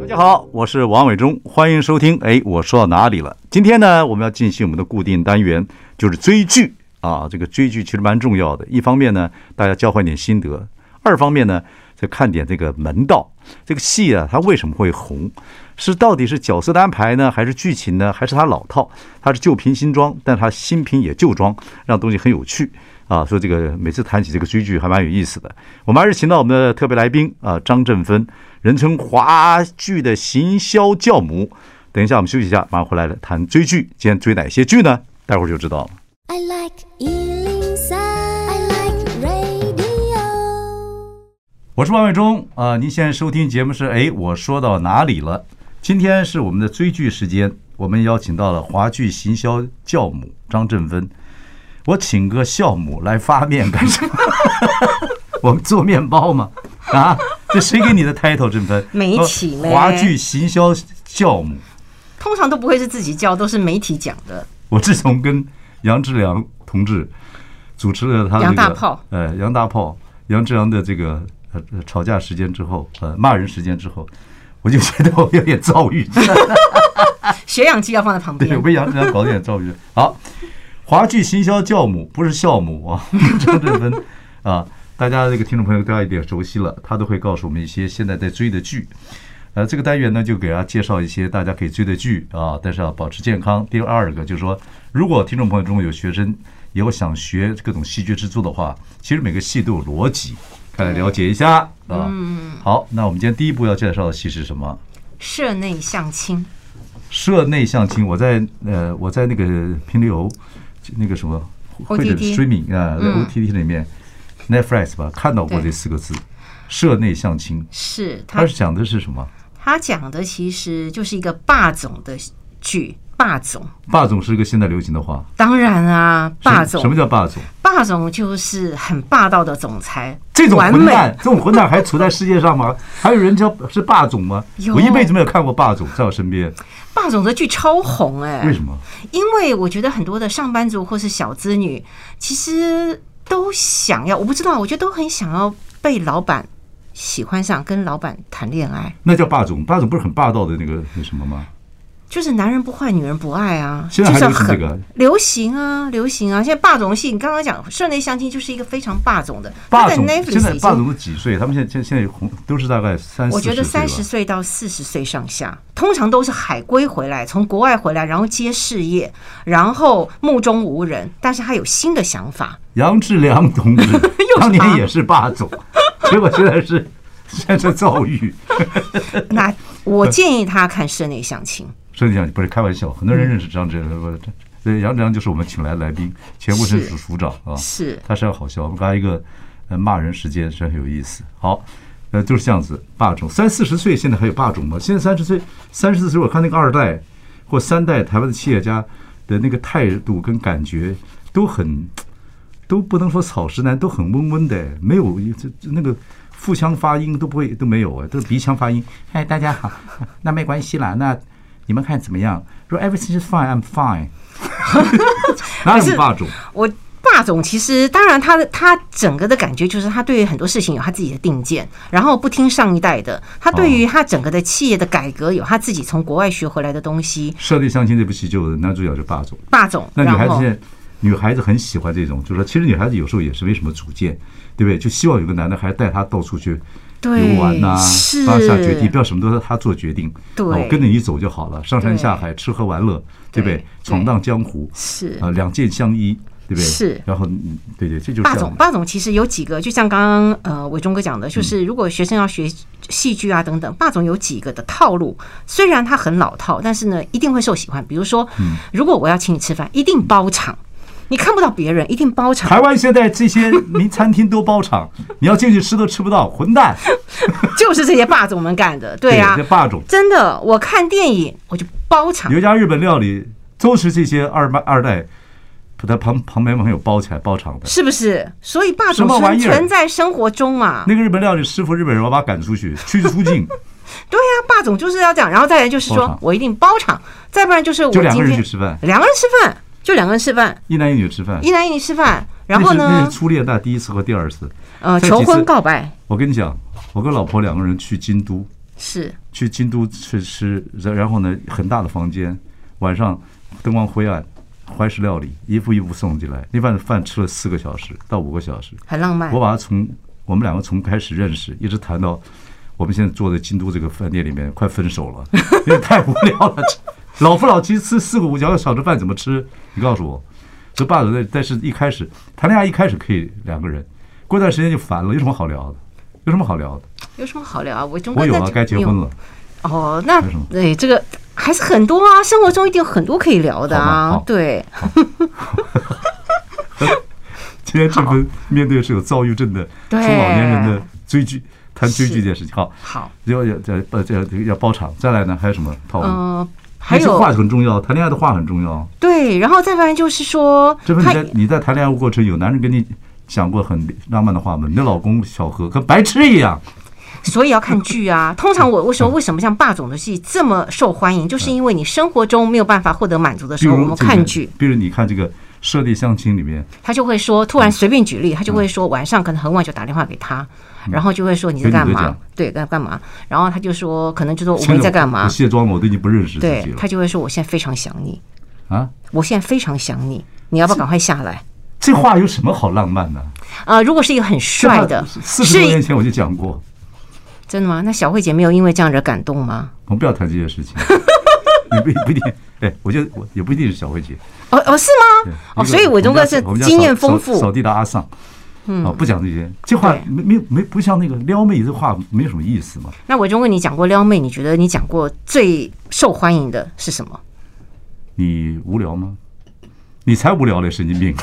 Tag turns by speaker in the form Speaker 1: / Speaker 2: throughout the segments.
Speaker 1: 大家好，我是王伟忠，欢迎收听。哎，我说到哪里了？今天呢，我们要进行我们的固定单元，就是追剧啊。这个追剧其实蛮重要的，一方面呢，大家交换点心得；二方面呢，再看点这个门道。这个戏啊，它为什么会红？是到底是角色的安排呢，还是剧情呢，还是它老套？它是旧瓶新装，但它新瓶也旧装，让东西很有趣啊。说这个每次谈起这个追剧还蛮有意思的。我们还是请到我们的特别来宾啊，张振芬。人称华剧的行销教母。等一下，我们休息一下，马上回来了谈追剧。今天追哪些剧呢？待会儿就知道了。
Speaker 2: I like Ealing Sound. I like radio.
Speaker 1: 我是万伟忠啊、呃您现在收听节目是哎，我说到哪里了？今天是我们的追剧时间，我们邀请到了华剧行销教母张振芬。我请个酵母来发面干什么？ 我们做面包吗？啊，这谁给你的 title 振芬？
Speaker 3: 媒体
Speaker 1: 呃
Speaker 3: 嘞
Speaker 1: 华剧行销教母。
Speaker 3: 通常都不会是自己叫，都是媒体讲的。
Speaker 1: 我自从跟杨志良同志主持了他、那个、
Speaker 3: 杨大炮，
Speaker 1: 呃，杨大炮，杨志良的这个呃呃吵架时间之后，呃，骂人时间之后，我就觉得我有点躁郁症，
Speaker 3: 血氧机要放在旁
Speaker 1: 对
Speaker 3: 边
Speaker 1: 我，被杨志良搞得有点躁郁症。好，华剧行销教母不是酵母啊， 张振芬啊，大家这个听众朋友大家有点熟悉了，他都会告诉我们一些现在在追的剧。呃，这个单元呢，就给大家介绍一些大家可以追的剧啊，但是要保持健康。第二个就是说，如果听众朋友中有学生也有想学各种戏剧制作的话，其实每个戏都有逻辑，快来了解一下啊。好，那我们今天第一部要介绍的戏是什么？
Speaker 3: 社内相亲，
Speaker 1: 社内相亲，我在呃，我在那个平流那个什么会者
Speaker 3: OTT
Speaker 1: streaming 啊
Speaker 3: 嗯
Speaker 1: ，OTT 里面 Netflix 吧，看到过
Speaker 3: 对
Speaker 1: 这四个字，社内相亲，
Speaker 3: 是他
Speaker 1: 它是讲的是什么？
Speaker 3: 他讲的其实就是一个霸总的剧。霸总，
Speaker 1: 霸总是一个现在流行的话，
Speaker 3: 当然啊，霸
Speaker 1: 什么什么
Speaker 3: 总，
Speaker 1: 叫霸总？
Speaker 3: 霸总就是很霸道的总裁，
Speaker 1: 这种
Speaker 3: 完
Speaker 1: 混
Speaker 3: 美。
Speaker 1: 蛋，这种混蛋还处在世界上吗？ 还有人叫是霸总吗？
Speaker 3: 有
Speaker 1: 我一辈子没有看过霸总在我身边，
Speaker 3: 霸总的剧超红哎、
Speaker 1: 为什么？
Speaker 3: 因为我觉得很多的上班族或是小资女，其实都想要，我不知道，我觉得都很想要被老板喜欢上，跟老板谈恋爱。
Speaker 1: 那叫霸总，霸总不是很霸道的那个那什么吗？
Speaker 3: 就是男人不坏，女人不爱啊，
Speaker 1: 现在还
Speaker 3: 就是
Speaker 1: 流行这
Speaker 3: 很
Speaker 1: 个
Speaker 3: 流行啊，流行啊！现在霸总戏，你刚刚讲室内相亲就是一个非常霸总的，
Speaker 1: 霸
Speaker 3: 他在
Speaker 1: 总
Speaker 3: Netflix
Speaker 1: 现在
Speaker 3: 已经
Speaker 1: 霸总都几岁？他们现在现现在红都是大概三，
Speaker 3: 我觉得
Speaker 1: 40岁吧
Speaker 3: 三十岁到四十岁上下，通常都是海归回来，从国外回来，然后接事业，然后目中无人，但是他有新的想法。
Speaker 1: 杨志良同志当年也是霸总，结果现在是现在遭遇。
Speaker 3: 那我建议他看室内相亲，
Speaker 1: 所以讲不是开玩笑，很多人认识张志良，不对，杨志良就是我们请来的来宾，前卫生
Speaker 3: 是
Speaker 1: 署署长啊。
Speaker 3: 是
Speaker 1: 他实际上好笑。我们刚才一个呃骂人时间实际上很有意思。好，呃，就是这样子，霸总三四十岁现在还有霸总吗？现在三十岁、三十四岁，我看那个二代或三代台湾的企业家的那个态度跟感觉都很。都不能说草食男，都很温温的，没有这这那个腹腔发音都不会都没有哎，都是鼻腔发音。嗨，大家好，那没关系啦，那你们看怎么样？说 everything is fine, I'm fine，哪有霸总？
Speaker 3: 我霸总其实当然他的他整个的感觉就是他对于很多事情有他自己的定见，然后不听上一代的，他对
Speaker 1: 哦
Speaker 3: 于他整个的企业的改革有他自己从国外学回来的东西。
Speaker 1: 《社内相亲》这部戏就有男主角是霸总，
Speaker 3: 霸总，
Speaker 1: 那女孩
Speaker 3: 然
Speaker 1: 子
Speaker 3: 后
Speaker 1: 现在女孩子很喜欢这种，就是说其实女孩子有时候也是没什么主见，对不对？就希望有个男的还带她到处去
Speaker 3: 对
Speaker 1: 游玩呐、
Speaker 3: 是
Speaker 1: 帮她下决定，不要什么都是她做决定，
Speaker 3: 对
Speaker 1: 哦跟着你走就好了，上山下海，吃喝玩乐，对不对
Speaker 3: 对？
Speaker 1: 闯荡江湖，
Speaker 3: 是
Speaker 1: 啊，两剑相依，对不对？
Speaker 3: 是
Speaker 1: 然后嗯对对，这就是
Speaker 3: 霸
Speaker 1: 这
Speaker 3: 总，
Speaker 1: 样的嗯
Speaker 3: 霸总其实有几个，就像刚刚呃伟忠哥讲的，就是如果学生要学戏剧啊等等，霸总有几个的套路，虽然他很老套，但是呢一定会受喜欢。比如说，
Speaker 1: 嗯
Speaker 3: 如果我要请你吃饭，一定包场，你看不到别人，一定包场。
Speaker 1: 台湾现在这些名餐厅都包场，你要进去吃都吃不到，混蛋！
Speaker 3: 就是这些霸总们干的，对啊
Speaker 1: 这，霸总。
Speaker 3: 真的，我看电影我就包场
Speaker 1: 你，就加日本料理，都是这些二妈二代，把他旁旁边朋友包起来包场的。
Speaker 3: 是不是？所以霸
Speaker 1: 什
Speaker 3: 总
Speaker 1: 么玩
Speaker 3: 存
Speaker 1: 意儿
Speaker 3: 存在生活中嘛，
Speaker 1: 那个日本料理师傅，日本人我把他赶出去，驱 逐出境，
Speaker 3: 对呀、霸总就是要这样，然后再来就是
Speaker 1: 包
Speaker 3: 说
Speaker 1: 场
Speaker 3: 我一定包场，再不然就是我
Speaker 1: 就
Speaker 3: 今
Speaker 1: 两个人
Speaker 3: 天
Speaker 1: 去吃饭，
Speaker 3: 两个人吃饭，就两个人吃饭，
Speaker 1: 一男一女吃饭。
Speaker 3: 一男一女吃饭，然
Speaker 1: 那
Speaker 3: 后
Speaker 1: 是那
Speaker 3: 呢
Speaker 1: 是，初恋那第一次和第二次。
Speaker 3: 呃，
Speaker 1: 这几次
Speaker 3: 求婚告白
Speaker 1: 我跟你讲，我跟老婆两个人去京都，
Speaker 3: 是
Speaker 1: 去京都吃吃，然然后呢，很大的房间，晚上灯光灰暗，怀石料理一步一步送进来，那饭饭吃了四个小时到五个小时。
Speaker 3: 很浪漫
Speaker 1: 我。把他从我们两个从开始认识，一直谈到我们现在坐在京都这个饭店里面，快分手了，因为太无聊了。 老夫老妻吃四个五个小时饭怎么吃？你告诉我，这霸总在，但是一开始谈恋爱一开始可以两个人，过段时间就烦了，有什么好聊的？有什么好聊的？
Speaker 3: 有什么好聊啊？我中
Speaker 1: 我
Speaker 3: 间
Speaker 1: 有
Speaker 3: 在
Speaker 1: 啊，该结婚了，
Speaker 3: 哦，那
Speaker 1: 有什么
Speaker 3: 对这个还是很多啊，生活中一定有很多可以聊的
Speaker 1: 好
Speaker 3: 啊
Speaker 1: 吧好。
Speaker 3: 对，
Speaker 1: 今天这份面对是有躁郁症的中
Speaker 3: 对
Speaker 1: 老年人的追剧，谈追剧这件事情。好，
Speaker 3: 好，
Speaker 1: 要要要要要要包场。再来呢，还有什么套路？
Speaker 3: 嗯，还
Speaker 1: 那些话
Speaker 3: 有
Speaker 1: 很重要，谈恋爱的话很重要。
Speaker 3: 对，然后再不然就是说
Speaker 1: 这不是
Speaker 3: 他
Speaker 1: 你在你在谈恋爱过程有男人跟你讲过很浪漫的话吗？你的老公小何跟白痴一样，
Speaker 3: 所以要看剧啊。通常我我说为什么像霸总的戏这么受欢迎，就是因为你生活中没有办法获得满足的
Speaker 1: 比
Speaker 3: 时候，
Speaker 1: 如
Speaker 3: 我们
Speaker 1: 这个
Speaker 3: 看剧，
Speaker 1: 比如你看这个《射帝相亲》里面，
Speaker 3: 他就会说，突然随便举例，他就会说晚上可能很晚就打电话给他，然后就会嗯说你在干
Speaker 1: 跟你在
Speaker 3: 嘛
Speaker 1: 讲？
Speaker 3: 对，干干嘛？然后他就说，可能就说我们在干
Speaker 1: 我
Speaker 3: 嘛？
Speaker 1: 卸妆了，我都已经不认识自己
Speaker 3: 对，
Speaker 1: 了
Speaker 3: 他就会说我现在非常想你，
Speaker 1: 啊！
Speaker 3: 我现在非常想你，你要不要赶快下来？
Speaker 1: 这话有什么好浪漫的？
Speaker 3: 呃，如果是一个很帅的，
Speaker 1: 四十多
Speaker 3: 是
Speaker 1: 年前我就讲过，
Speaker 3: 真的吗？那小慧姐没有因为这样惹感动吗？
Speaker 1: 我们不要谈这些事情。 你不不一定，哎，我觉得我也不一定是小慧姐。
Speaker 3: 哦哦，是
Speaker 1: 对
Speaker 3: 吗？
Speaker 1: 一
Speaker 3: 哦，
Speaker 1: 个
Speaker 3: 所以
Speaker 1: 我
Speaker 3: 伟
Speaker 1: 们
Speaker 3: 忠
Speaker 1: 家
Speaker 3: 哥是
Speaker 1: 扫我们家
Speaker 3: 经
Speaker 1: 扫
Speaker 3: 验丰
Speaker 1: 扫
Speaker 3: 富嗯
Speaker 1: 扫，地的阿尚。啊，不讲这些，这话
Speaker 3: 对
Speaker 1: 没没没不像那个撩妹这话没有什么意思嘛。
Speaker 3: 那伟忠哥，你讲过撩妹，你觉得你讲过最受欢迎的是什么？
Speaker 1: 你无聊吗？你才无聊嘞，神 经病！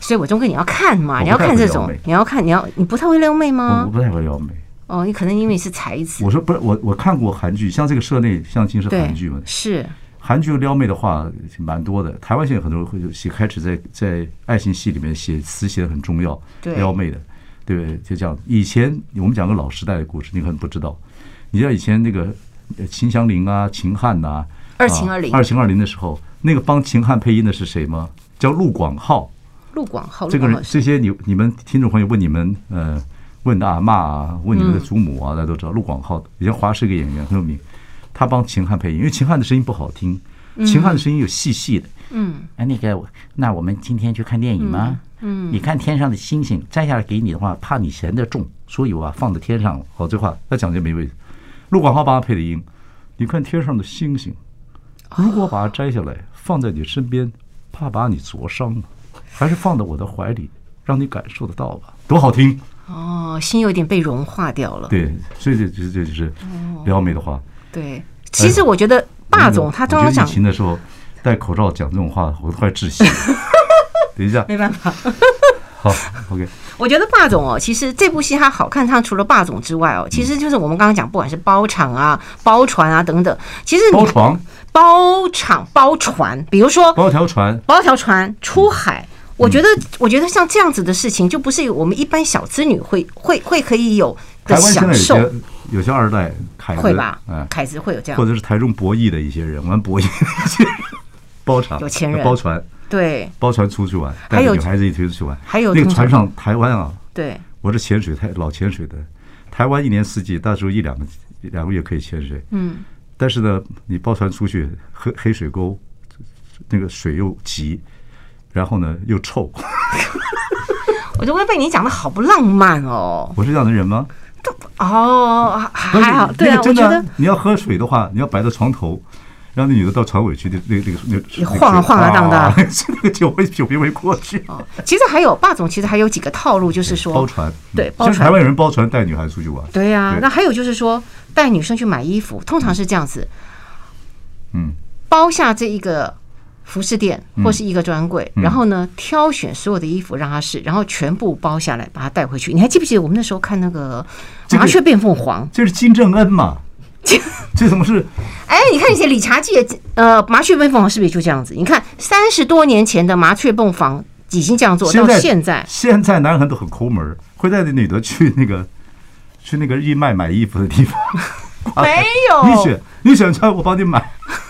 Speaker 3: 所以伟忠哥，你要看嘛，
Speaker 1: 我
Speaker 3: 你
Speaker 1: 不
Speaker 3: 要
Speaker 1: 太
Speaker 3: 看
Speaker 1: 会
Speaker 3: 这
Speaker 1: 撩
Speaker 3: 种
Speaker 1: 妹，
Speaker 3: 你要看，你要你不太会撩妹
Speaker 1: 我
Speaker 3: 吗
Speaker 1: 我？不太会撩妹。
Speaker 3: 哦，你可能因为你是才子，
Speaker 1: 我说不是，我我看过韩剧，像这个社内相亲是
Speaker 3: 对
Speaker 1: 韩剧嘛，，
Speaker 3: 是
Speaker 1: 韩剧撩妹的话蛮多的。台湾现在很多人会写，开始在在爱情戏里面写词写的很重要，
Speaker 3: 对
Speaker 1: 撩妹的，对不对？就这样。以前我们讲个老时代的故事，你可能不知道。你知道以前那个呃秦祥林啊、秦汉呐、啊
Speaker 3: 二秦二林
Speaker 1: 二秦二林的时候，那个帮秦汉配音的是谁吗？叫陆广浩。
Speaker 3: 陆广浩，
Speaker 1: 这个
Speaker 3: 陆广
Speaker 1: 人
Speaker 3: 浩
Speaker 1: 这些你你们听众朋友问你们呃问的阿嬷啊，问你们的祖母
Speaker 4: 嗯
Speaker 1: 啊，大家都知道陆广浩以前华视一个演员很有名，他帮秦汉配音，因为秦汉的声音不好听，
Speaker 4: 嗯
Speaker 1: 秦汉的声音有细细的。
Speaker 3: 嗯，
Speaker 4: 哎，那个，那我们今天去看电影吗？嗯，你看天上的星星，摘下来给你的话，怕你嫌得重，
Speaker 1: 所以我啊放在天上了。好，这话他啊讲就没味思。陆广浩帮他配的音，你看天上的星星，如果把它摘下来放在你身边，怕把你灼伤吗？还是放到我的怀里，让你感受得到吧？多好听！
Speaker 3: 哦，心有点被融化掉了。
Speaker 1: 对，所以这这这就是撩妹的话。
Speaker 3: 对，其实我觉得哦霸总他通
Speaker 1: 哎我
Speaker 3: 常
Speaker 1: 觉得
Speaker 3: 讲
Speaker 1: 疫情的时候戴口罩讲这种话，我都快窒息 了。等一下，
Speaker 3: 没办法。
Speaker 1: 好，OK，
Speaker 3: 我觉得霸总哦，其实这部戏它好看，它除了霸总之
Speaker 1: 嗯
Speaker 3: 外哦，其实就是我们刚刚讲，不管是包场啊、包船啊等等，其实你
Speaker 1: 包床
Speaker 3: 包场、包船，比如说
Speaker 1: 包条船，
Speaker 3: 包条船出
Speaker 1: 嗯
Speaker 3: 海。我觉得，我觉得像这样子的事情，就不是我们一般小资女会会会可以有
Speaker 1: 台
Speaker 3: 的
Speaker 1: 湾现在
Speaker 3: 享
Speaker 1: 有
Speaker 3: 受，
Speaker 1: 些有些二代凯子，
Speaker 3: 会吧
Speaker 1: 嗯？，
Speaker 3: 凯子会有这样
Speaker 1: 或，者是台中博弈的一些人玩博弈的一 些人，包场
Speaker 3: 有钱人
Speaker 1: 包船
Speaker 3: 对
Speaker 1: 包船出去玩，带
Speaker 3: 还
Speaker 1: 着
Speaker 3: 有
Speaker 1: 女孩子一起出去玩，
Speaker 3: 还有
Speaker 1: 那个
Speaker 3: 通常
Speaker 1: 船上台湾啊，
Speaker 3: 对，
Speaker 1: 我是潜水太老潜水的，台湾一年四季，大时候一两个一两个月可以潜水。
Speaker 3: 嗯，
Speaker 1: 但是呢，你包船出去，黑黑水沟，那个水又急，然后呢又臭。
Speaker 3: 我就会被你讲的好不浪漫哦，
Speaker 1: 我是这样的人吗？
Speaker 3: 哦，还还好，
Speaker 1: 不是
Speaker 3: 对啊，
Speaker 1: 那个真
Speaker 3: 我觉得
Speaker 1: 的，你要喝水的话，你要摆到床头。让那女的到船尾去，那那那个那个
Speaker 3: 晃啊晃啊荡荡，
Speaker 1: 那个水那个酒会酒瓶会过去。
Speaker 3: 其实还有霸总，其实还有几个套路，就是说
Speaker 1: 包船，
Speaker 3: 对
Speaker 1: 嗯
Speaker 3: 包
Speaker 1: 像
Speaker 3: 船
Speaker 1: 台湾有人包船带女孩出去玩，
Speaker 3: 对呀、
Speaker 1: 对
Speaker 3: 那还有就是说，带女生去买衣服，通常是这样子，
Speaker 1: 嗯，
Speaker 3: 包下这一个服饰店或是一个专柜，然后呢挑选所有的衣服让他试，然后全部包下来把它带回去。你还记不记得我们那时候看那个《
Speaker 1: 这个
Speaker 3: 麻雀变凤凰》？
Speaker 1: 这是金正恩 嘛？这怎么是？
Speaker 3: 哎，你看以前理查记的呃《麻雀变凤凰》是不是也就这样子？你看三十多年前的《麻雀变凤凰》已经这样做到
Speaker 1: 现在
Speaker 3: 现在，
Speaker 1: 现在男人都很抠门儿，会带着女的去那个去那个义卖买衣服的地方。啊
Speaker 3: 没有
Speaker 1: 你选你选穿，我帮你买。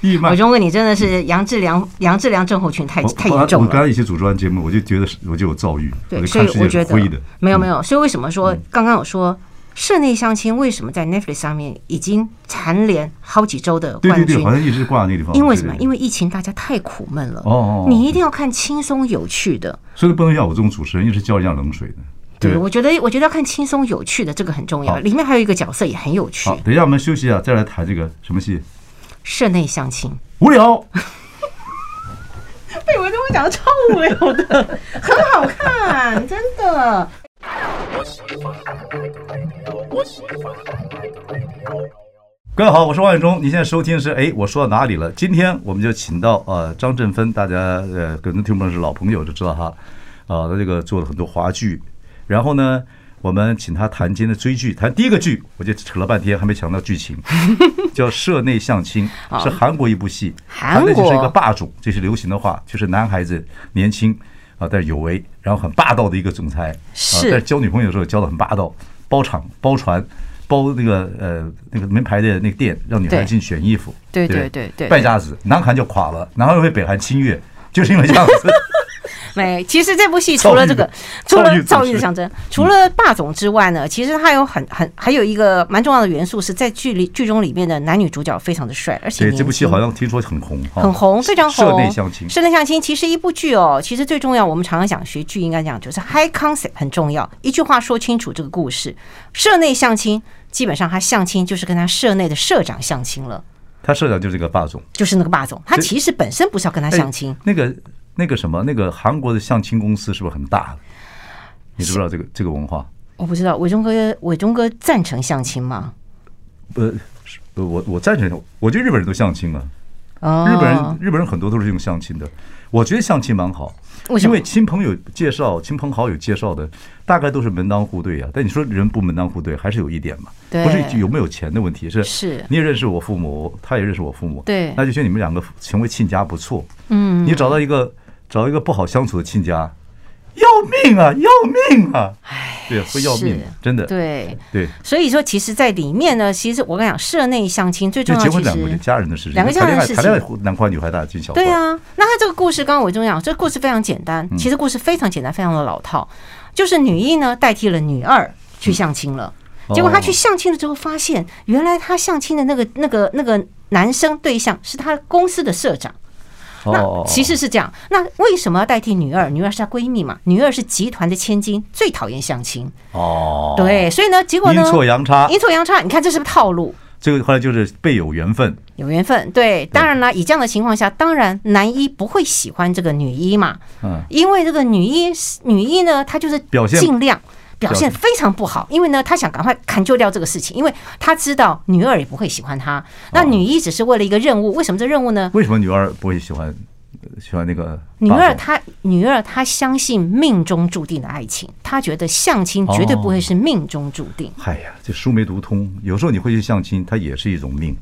Speaker 1: 义卖
Speaker 3: 我。忠哥，你真的是杨志良、杨志良症候群太
Speaker 1: 啊我
Speaker 3: 太
Speaker 1: 我
Speaker 3: 严重
Speaker 1: 我刚
Speaker 3: 了。
Speaker 1: 才以前主持完节目，我就觉得是我就有遭遇，
Speaker 3: 对，
Speaker 1: 就
Speaker 3: 所以
Speaker 1: 看世
Speaker 3: 我
Speaker 1: 界
Speaker 3: 觉
Speaker 1: 是
Speaker 3: 得
Speaker 1: 灰的。嗯
Speaker 3: 没有没有，所以为什么说刚刚有说室内相亲为什么在 Netflix 上面已经蝉联好几周的
Speaker 1: 对对
Speaker 3: 冠
Speaker 1: 对，
Speaker 3: 军
Speaker 1: 好？像一直挂那地方。
Speaker 3: 因为什么？因
Speaker 1: 为
Speaker 3: 为疫情，大家太苦闷了。
Speaker 1: 哦哦哦
Speaker 3: 你一定要看轻松有趣的。
Speaker 1: 所以不能像我这种主持人一直浇人家冷水的。
Speaker 3: 对，我觉得我觉得要看轻松有趣的这个很重要。
Speaker 1: 好
Speaker 3: 里面还有一个角色也很有趣
Speaker 1: 好，，等一下我们休息啊，再来谈这个什么戏
Speaker 3: 室内相亲。
Speaker 1: 无聊。
Speaker 3: 被我跟我讲的超无聊的， 很好看，真的。
Speaker 1: 各位好，我是王伟忠，您现在收听的是哎，我说到哪里了？今天我们就请到呃张振芬，大家呃可能听众是老朋友就知道他，啊、他这个做了很多华剧，然后呢，我们请他谈今天的追剧，谈第一个剧，我就扯了半天还没讲到剧 情，叫《社内相亲》，是韩国一部戏，
Speaker 3: 韩
Speaker 1: 谈的就是一个
Speaker 3: 国
Speaker 1: 霸总，这是流行的话，就是男孩子年轻啊，但是有为，然后很霸道的一个总裁，啊
Speaker 3: 是、
Speaker 1: 但交女朋友的时候交的很霸道，包场、包船、包那个呃那个门牌的那个店，让女孩
Speaker 3: 对
Speaker 1: 进去选衣服。
Speaker 3: 对
Speaker 1: 不
Speaker 3: 对对对
Speaker 1: 败家子，南韩就垮了，南韩被北韩侵略， 就是因为这样 子。
Speaker 3: 没，哎其实这部戏除了这个，
Speaker 1: 躁
Speaker 3: 除
Speaker 1: 郁
Speaker 3: 了
Speaker 1: 躁郁总
Speaker 3: 躁郁的
Speaker 1: 是
Speaker 3: 象征，除了霸总之外呢，其实它有很很还有一个蛮重要的元素是在剧里剧中里面的男女主角非常的帅，而且
Speaker 1: 对，
Speaker 3: 年
Speaker 1: 这部戏
Speaker 3: 轻
Speaker 1: 好像听说很红，哈
Speaker 3: 很红，非常红。
Speaker 1: 社内相亲。
Speaker 3: 室内相亲其实一部剧哦，其实最重要，我们常常讲学剧应该讲就是 high concept 很重要，一句话说清楚这个故事。社内相亲基本上他相亲就是跟他社内的社长相亲了，
Speaker 1: 他社长就是个霸总，
Speaker 3: 就是那个霸总，他
Speaker 1: 对
Speaker 3: 其实本身不是要跟他
Speaker 1: 哎
Speaker 3: 相亲，
Speaker 1: 那个那个什么，那个韩国的相亲公司是不是很大？你知不知道这个这个文化？
Speaker 3: 我不知道伟忠哥伟忠哥赞成相亲吗？
Speaker 1: 呃，是呃我我赞成，我觉得日本人都相亲啊。
Speaker 3: 哦
Speaker 1: 日本人日本人很多都是用相亲的，我觉得相亲蛮好，
Speaker 3: 为什
Speaker 1: 因
Speaker 3: 么
Speaker 1: 为亲朋友介绍、亲朋好友介绍的，大概都是门当户对啊。但你说人不门当户对，还是有一点嘛，
Speaker 3: 对
Speaker 1: 不是有没有钱的问题，是
Speaker 3: 是
Speaker 1: 你也认识我父母，他也认识我父母，
Speaker 3: 对
Speaker 1: 那就觉得你们两个成为亲家不错。嗯，你找到一个找一个不好相处的亲家，要命啊，要命啊！对，会要命
Speaker 3: 是，
Speaker 1: 真的，
Speaker 3: 对，
Speaker 1: 对。
Speaker 3: 所以说其实，在里面呢，其实我跟你讲，社内相亲最重
Speaker 1: 因为
Speaker 3: 要
Speaker 1: 结婚
Speaker 3: 其
Speaker 1: 两个
Speaker 3: 实。
Speaker 1: 家人的事情，
Speaker 3: 两个家人的事情
Speaker 1: 谈恋爱谈恋爱男欢女欢大惊小怪。
Speaker 3: 对啊，那他这个故事，刚刚我就讲，这个故事非常简单，
Speaker 1: 嗯
Speaker 3: 其实故事非常简单，非常的老套，就是女一呢代替了女二去相亲了，
Speaker 1: 哦
Speaker 3: 结果她去相亲了之后，发现原来她相亲的那个那个那个男生对象是她公司的社长。
Speaker 1: 哦，
Speaker 3: 那
Speaker 1: 哦，
Speaker 3: 其实是这样，那为什么要代替女二？女二是她闺蜜嘛，女二是集团的千金，最讨厌相亲。
Speaker 1: 哦，
Speaker 3: 对，所以呢，结果呢
Speaker 1: 阴，错阳差，
Speaker 3: 阴错阳差，你看这是不是套路？
Speaker 1: 这个后来就是倍有缘分，
Speaker 3: 有缘分，对，当然啦，以这样的情况下，当然男一不会喜欢这个女一嘛，
Speaker 1: 嗯，
Speaker 3: 因为这个女一女一呢，她就是
Speaker 1: 表现
Speaker 3: 尽量表
Speaker 1: 现
Speaker 3: 现非常不好，因为呢，她想赶快砍救掉这个事情，因为她知道女二也不会喜欢她，
Speaker 1: 哦
Speaker 3: 那女一只是为了一个任务，为什么这任务呢？
Speaker 1: 为什么女二不会喜欢呃喜欢那个
Speaker 3: 女
Speaker 1: 霸
Speaker 3: 二
Speaker 1: 总
Speaker 3: 她女二她相信命中注定的爱情，她觉得相亲绝
Speaker 1: 哦
Speaker 3: 对不会是命中注定。
Speaker 1: 哎呀，这书没读通，有时候你会去相亲，它也是一种命。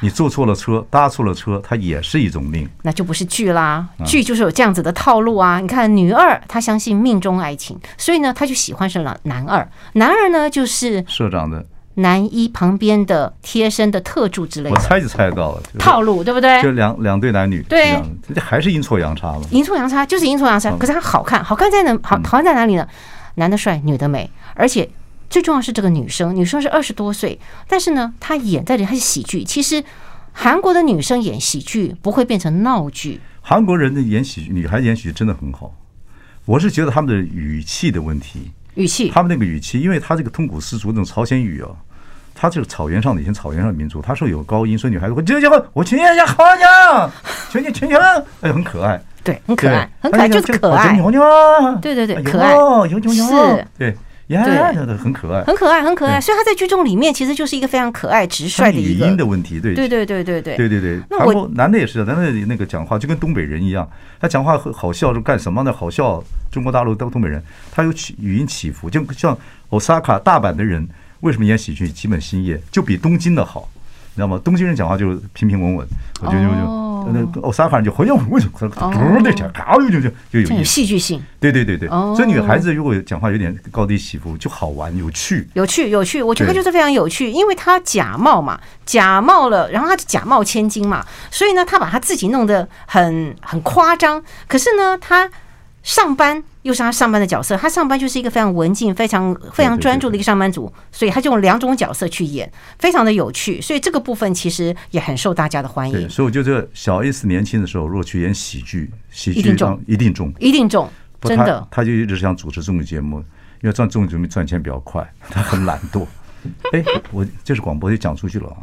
Speaker 1: 你坐错了车，搭错了车，它也是一种命。
Speaker 3: 那就不是剧啦，
Speaker 1: 嗯
Speaker 3: 剧就是有这样子的套路啊。你看，女二她相信命中爱情，所以呢，她就喜欢上了男二。男二呢，就是
Speaker 1: 社长的，
Speaker 3: 男一旁边的贴身的特助之类
Speaker 1: 我
Speaker 3: 的
Speaker 1: 猜就猜得到了，就是
Speaker 3: 套路，对不对
Speaker 1: 就？两两对男女，
Speaker 3: 对
Speaker 1: 这样这还是阴错阳差嘛。
Speaker 3: 阴错阳差就是阴错阳
Speaker 1: 嗯
Speaker 3: 差，可是它好看，好看在哪？好好看在哪里呢？男的帅，女的美，而且最重要是这个女生，女生是二十多岁，但是呢，她演在里她是喜剧。其实韩国的女生演喜剧不会变成闹剧，
Speaker 1: 韩国人的演喜剧，女孩演喜剧真的很好，我是觉得他们的语气的问题。
Speaker 3: 语气
Speaker 1: 他们那个语气，因为他这个通古斯族那种朝鲜语啊，他这个草原上的以前草原上的民族，他是有高音，所以女孩子会结结婚，我请人家好娘，请你请你，哎，很可爱，
Speaker 3: 对，很可爱，
Speaker 1: 对
Speaker 3: 很可爱，
Speaker 1: 哎
Speaker 3: 就是可
Speaker 1: 好
Speaker 3: 爱
Speaker 1: 牛。牛啊，
Speaker 3: 对对对
Speaker 1: 哎
Speaker 3: 可爱
Speaker 1: 呦牛牛牛，
Speaker 3: 是
Speaker 1: 对，呀，
Speaker 3: 对
Speaker 1: 那很可爱。
Speaker 3: 很可爱，很可爱。
Speaker 1: 对
Speaker 3: 所以他在剧中里面其实就是一个非常可爱、直
Speaker 1: 他
Speaker 3: 率
Speaker 1: 们
Speaker 3: 的
Speaker 1: 语
Speaker 3: 一
Speaker 1: 音的
Speaker 3: 个。
Speaker 1: 问题，对
Speaker 3: 对对对对对
Speaker 1: 对对对，
Speaker 3: 那
Speaker 1: 韩
Speaker 3: 我
Speaker 1: 国男的也是，男的那个讲话就跟东北人一样，他讲话很好笑是干什么呢？好笑，中国大陆东东北人，他有起语音起伏，就像 Osaka 大阪的人为什么演喜剧基本新业就比东京的好，你知道吗？东京人讲话就是平平稳稳，我觉得就
Speaker 3: 哦
Speaker 1: 就那个 Osaka 人就好像我就
Speaker 3: 哦
Speaker 1: 那讲，嘎就就就就
Speaker 3: 这
Speaker 1: 有
Speaker 3: 样
Speaker 1: 意思。
Speaker 3: 有戏剧性，
Speaker 1: 对对对对，
Speaker 3: 哦
Speaker 1: 所以女孩子如果讲话有点高低起伏就好玩有趣，
Speaker 3: 有趣，有趣。我觉得他
Speaker 1: 对
Speaker 3: 就是非常有趣，因为他假冒嘛，假冒了，然后他假冒千金嘛，所以呢，他把他自己弄得很很夸张。可是呢，他上班又是他上班的角色，他上班就是一个非常文静、非常非常专注的一个上班族，所以他就用两种角色去演，非常的有趣。所以这个部分其实也很受大家的欢
Speaker 1: 对，
Speaker 3: 迎，
Speaker 1: 所以我觉得小 S 年轻的时候，如果去演喜剧，喜剧
Speaker 3: 一定中
Speaker 1: 让一定中，
Speaker 3: 一定中，
Speaker 1: 不
Speaker 3: 真
Speaker 1: 他
Speaker 3: 的。
Speaker 1: 他就一直想主持综艺节目，因为赚综艺节目赚钱比较快， 他很懒 惰。哎，我这是广播就讲出去了啊，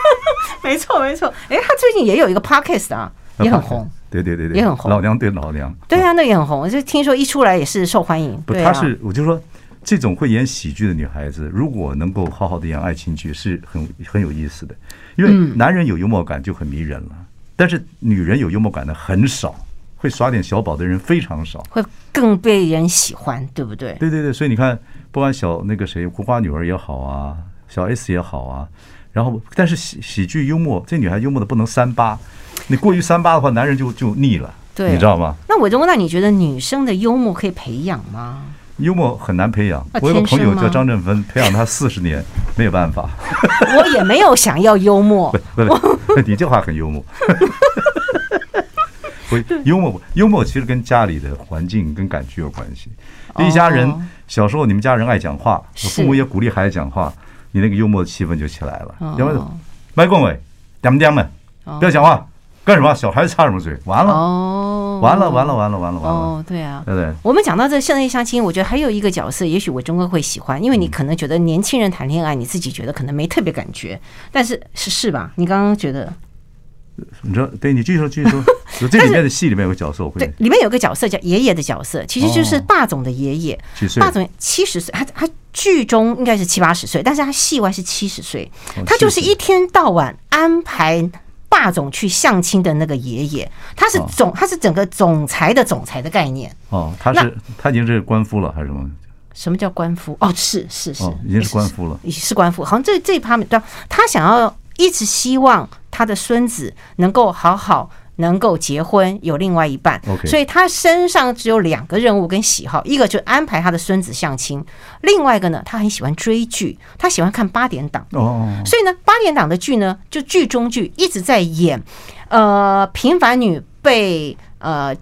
Speaker 3: 没错，没错。哎，他最近也有一个 podcast 啊， 也很红。。
Speaker 1: 对对对对，
Speaker 3: 也很红
Speaker 1: 老娘对老娘，
Speaker 3: 对啊，那也很红，就听说一出来也是受欢迎。
Speaker 1: 嗯不，
Speaker 3: 对
Speaker 1: 她
Speaker 3: 啊，
Speaker 1: 是我就说，这种会演喜剧的女孩子，如果能够好好的演爱情剧，是很很有意思的。因为
Speaker 3: 嗯
Speaker 1: 男人有幽默感就很迷人了，但是女人有幽默感的很少，会耍点小宝的人非常少。
Speaker 3: 会更被人喜欢，对不对？
Speaker 1: 对对对，所以你看，不管小那个谁，胡瓜女儿也好啊，小 S 也好啊，然后但是喜喜剧幽默，这女孩幽默的不能三八，你过于三八的话，男人就就腻了，
Speaker 3: 对
Speaker 1: 你知道吗？
Speaker 3: 那伟忠，那你觉得女生的幽默可以培养吗？
Speaker 1: 幽默很难培养
Speaker 3: 啊，
Speaker 1: 我有个
Speaker 3: 天生
Speaker 1: 朋友叫
Speaker 3: 吗
Speaker 1: 张振芬，培养他四十年，没有办法。
Speaker 3: 我也没有想要幽默
Speaker 1: 不，不不，你这话很幽默。 不，幽默幽默其实跟家里的环境跟感觉有关系。一家人
Speaker 3: 哦
Speaker 1: 小时候你们家人爱讲话，
Speaker 3: 是
Speaker 1: 父母也鼓励孩子讲话，你那个幽默气氛就起来了。
Speaker 3: 哦
Speaker 1: 要不然，麦共伟，点点们，不要讲话，干什么？小孩子插什么嘴？完了，
Speaker 3: 哦，
Speaker 1: 完了，完了，，完了，完了，完了，
Speaker 3: 哦，对啊。
Speaker 1: 对不对？
Speaker 3: 我们讲到这校内相亲，我觉得还有一个角色，也许伟忠哥会喜欢，因为你
Speaker 1: 嗯
Speaker 3: 可能觉得年轻人谈恋爱，你自己觉得可能没特别感觉，但是是是吧？你刚刚觉得
Speaker 1: 你知道？对你继续说，继续 说。就这里面的戏里面有个角色，我会
Speaker 3: 对，里面有个角色叫爷爷的角色，其实就是
Speaker 1: 哦
Speaker 3: 霸总的爷爷。
Speaker 1: 几岁？
Speaker 3: 霸总七十岁，他他剧中应该是七八十岁，但是他戏外是七十岁
Speaker 1: 哦，
Speaker 3: 他就是
Speaker 1: 70岁
Speaker 3: 一天到晚安排。霸总去相亲的那个爷爷，他是
Speaker 1: 哦
Speaker 3: 总，他是整个总裁的总裁的概念。
Speaker 1: 哦，他是他已经是官夫了还是什么？
Speaker 3: 什么叫官夫？哦，是是是
Speaker 1: 哦，已经是官夫了
Speaker 3: 是是官夫。好像这这一方面，对，他想要一直希望他的孙子能够好好。能够结婚有另外一半
Speaker 1: OK
Speaker 3: 所以他身上只有两个任务跟喜好，一个就安排他的孙子相亲，另外一个呢，他很喜欢追剧，他喜欢看八点档，
Speaker 1: 哦，
Speaker 3: 所以呢，八点档的剧呢，就剧中剧一直在演，呃，平凡女被呃。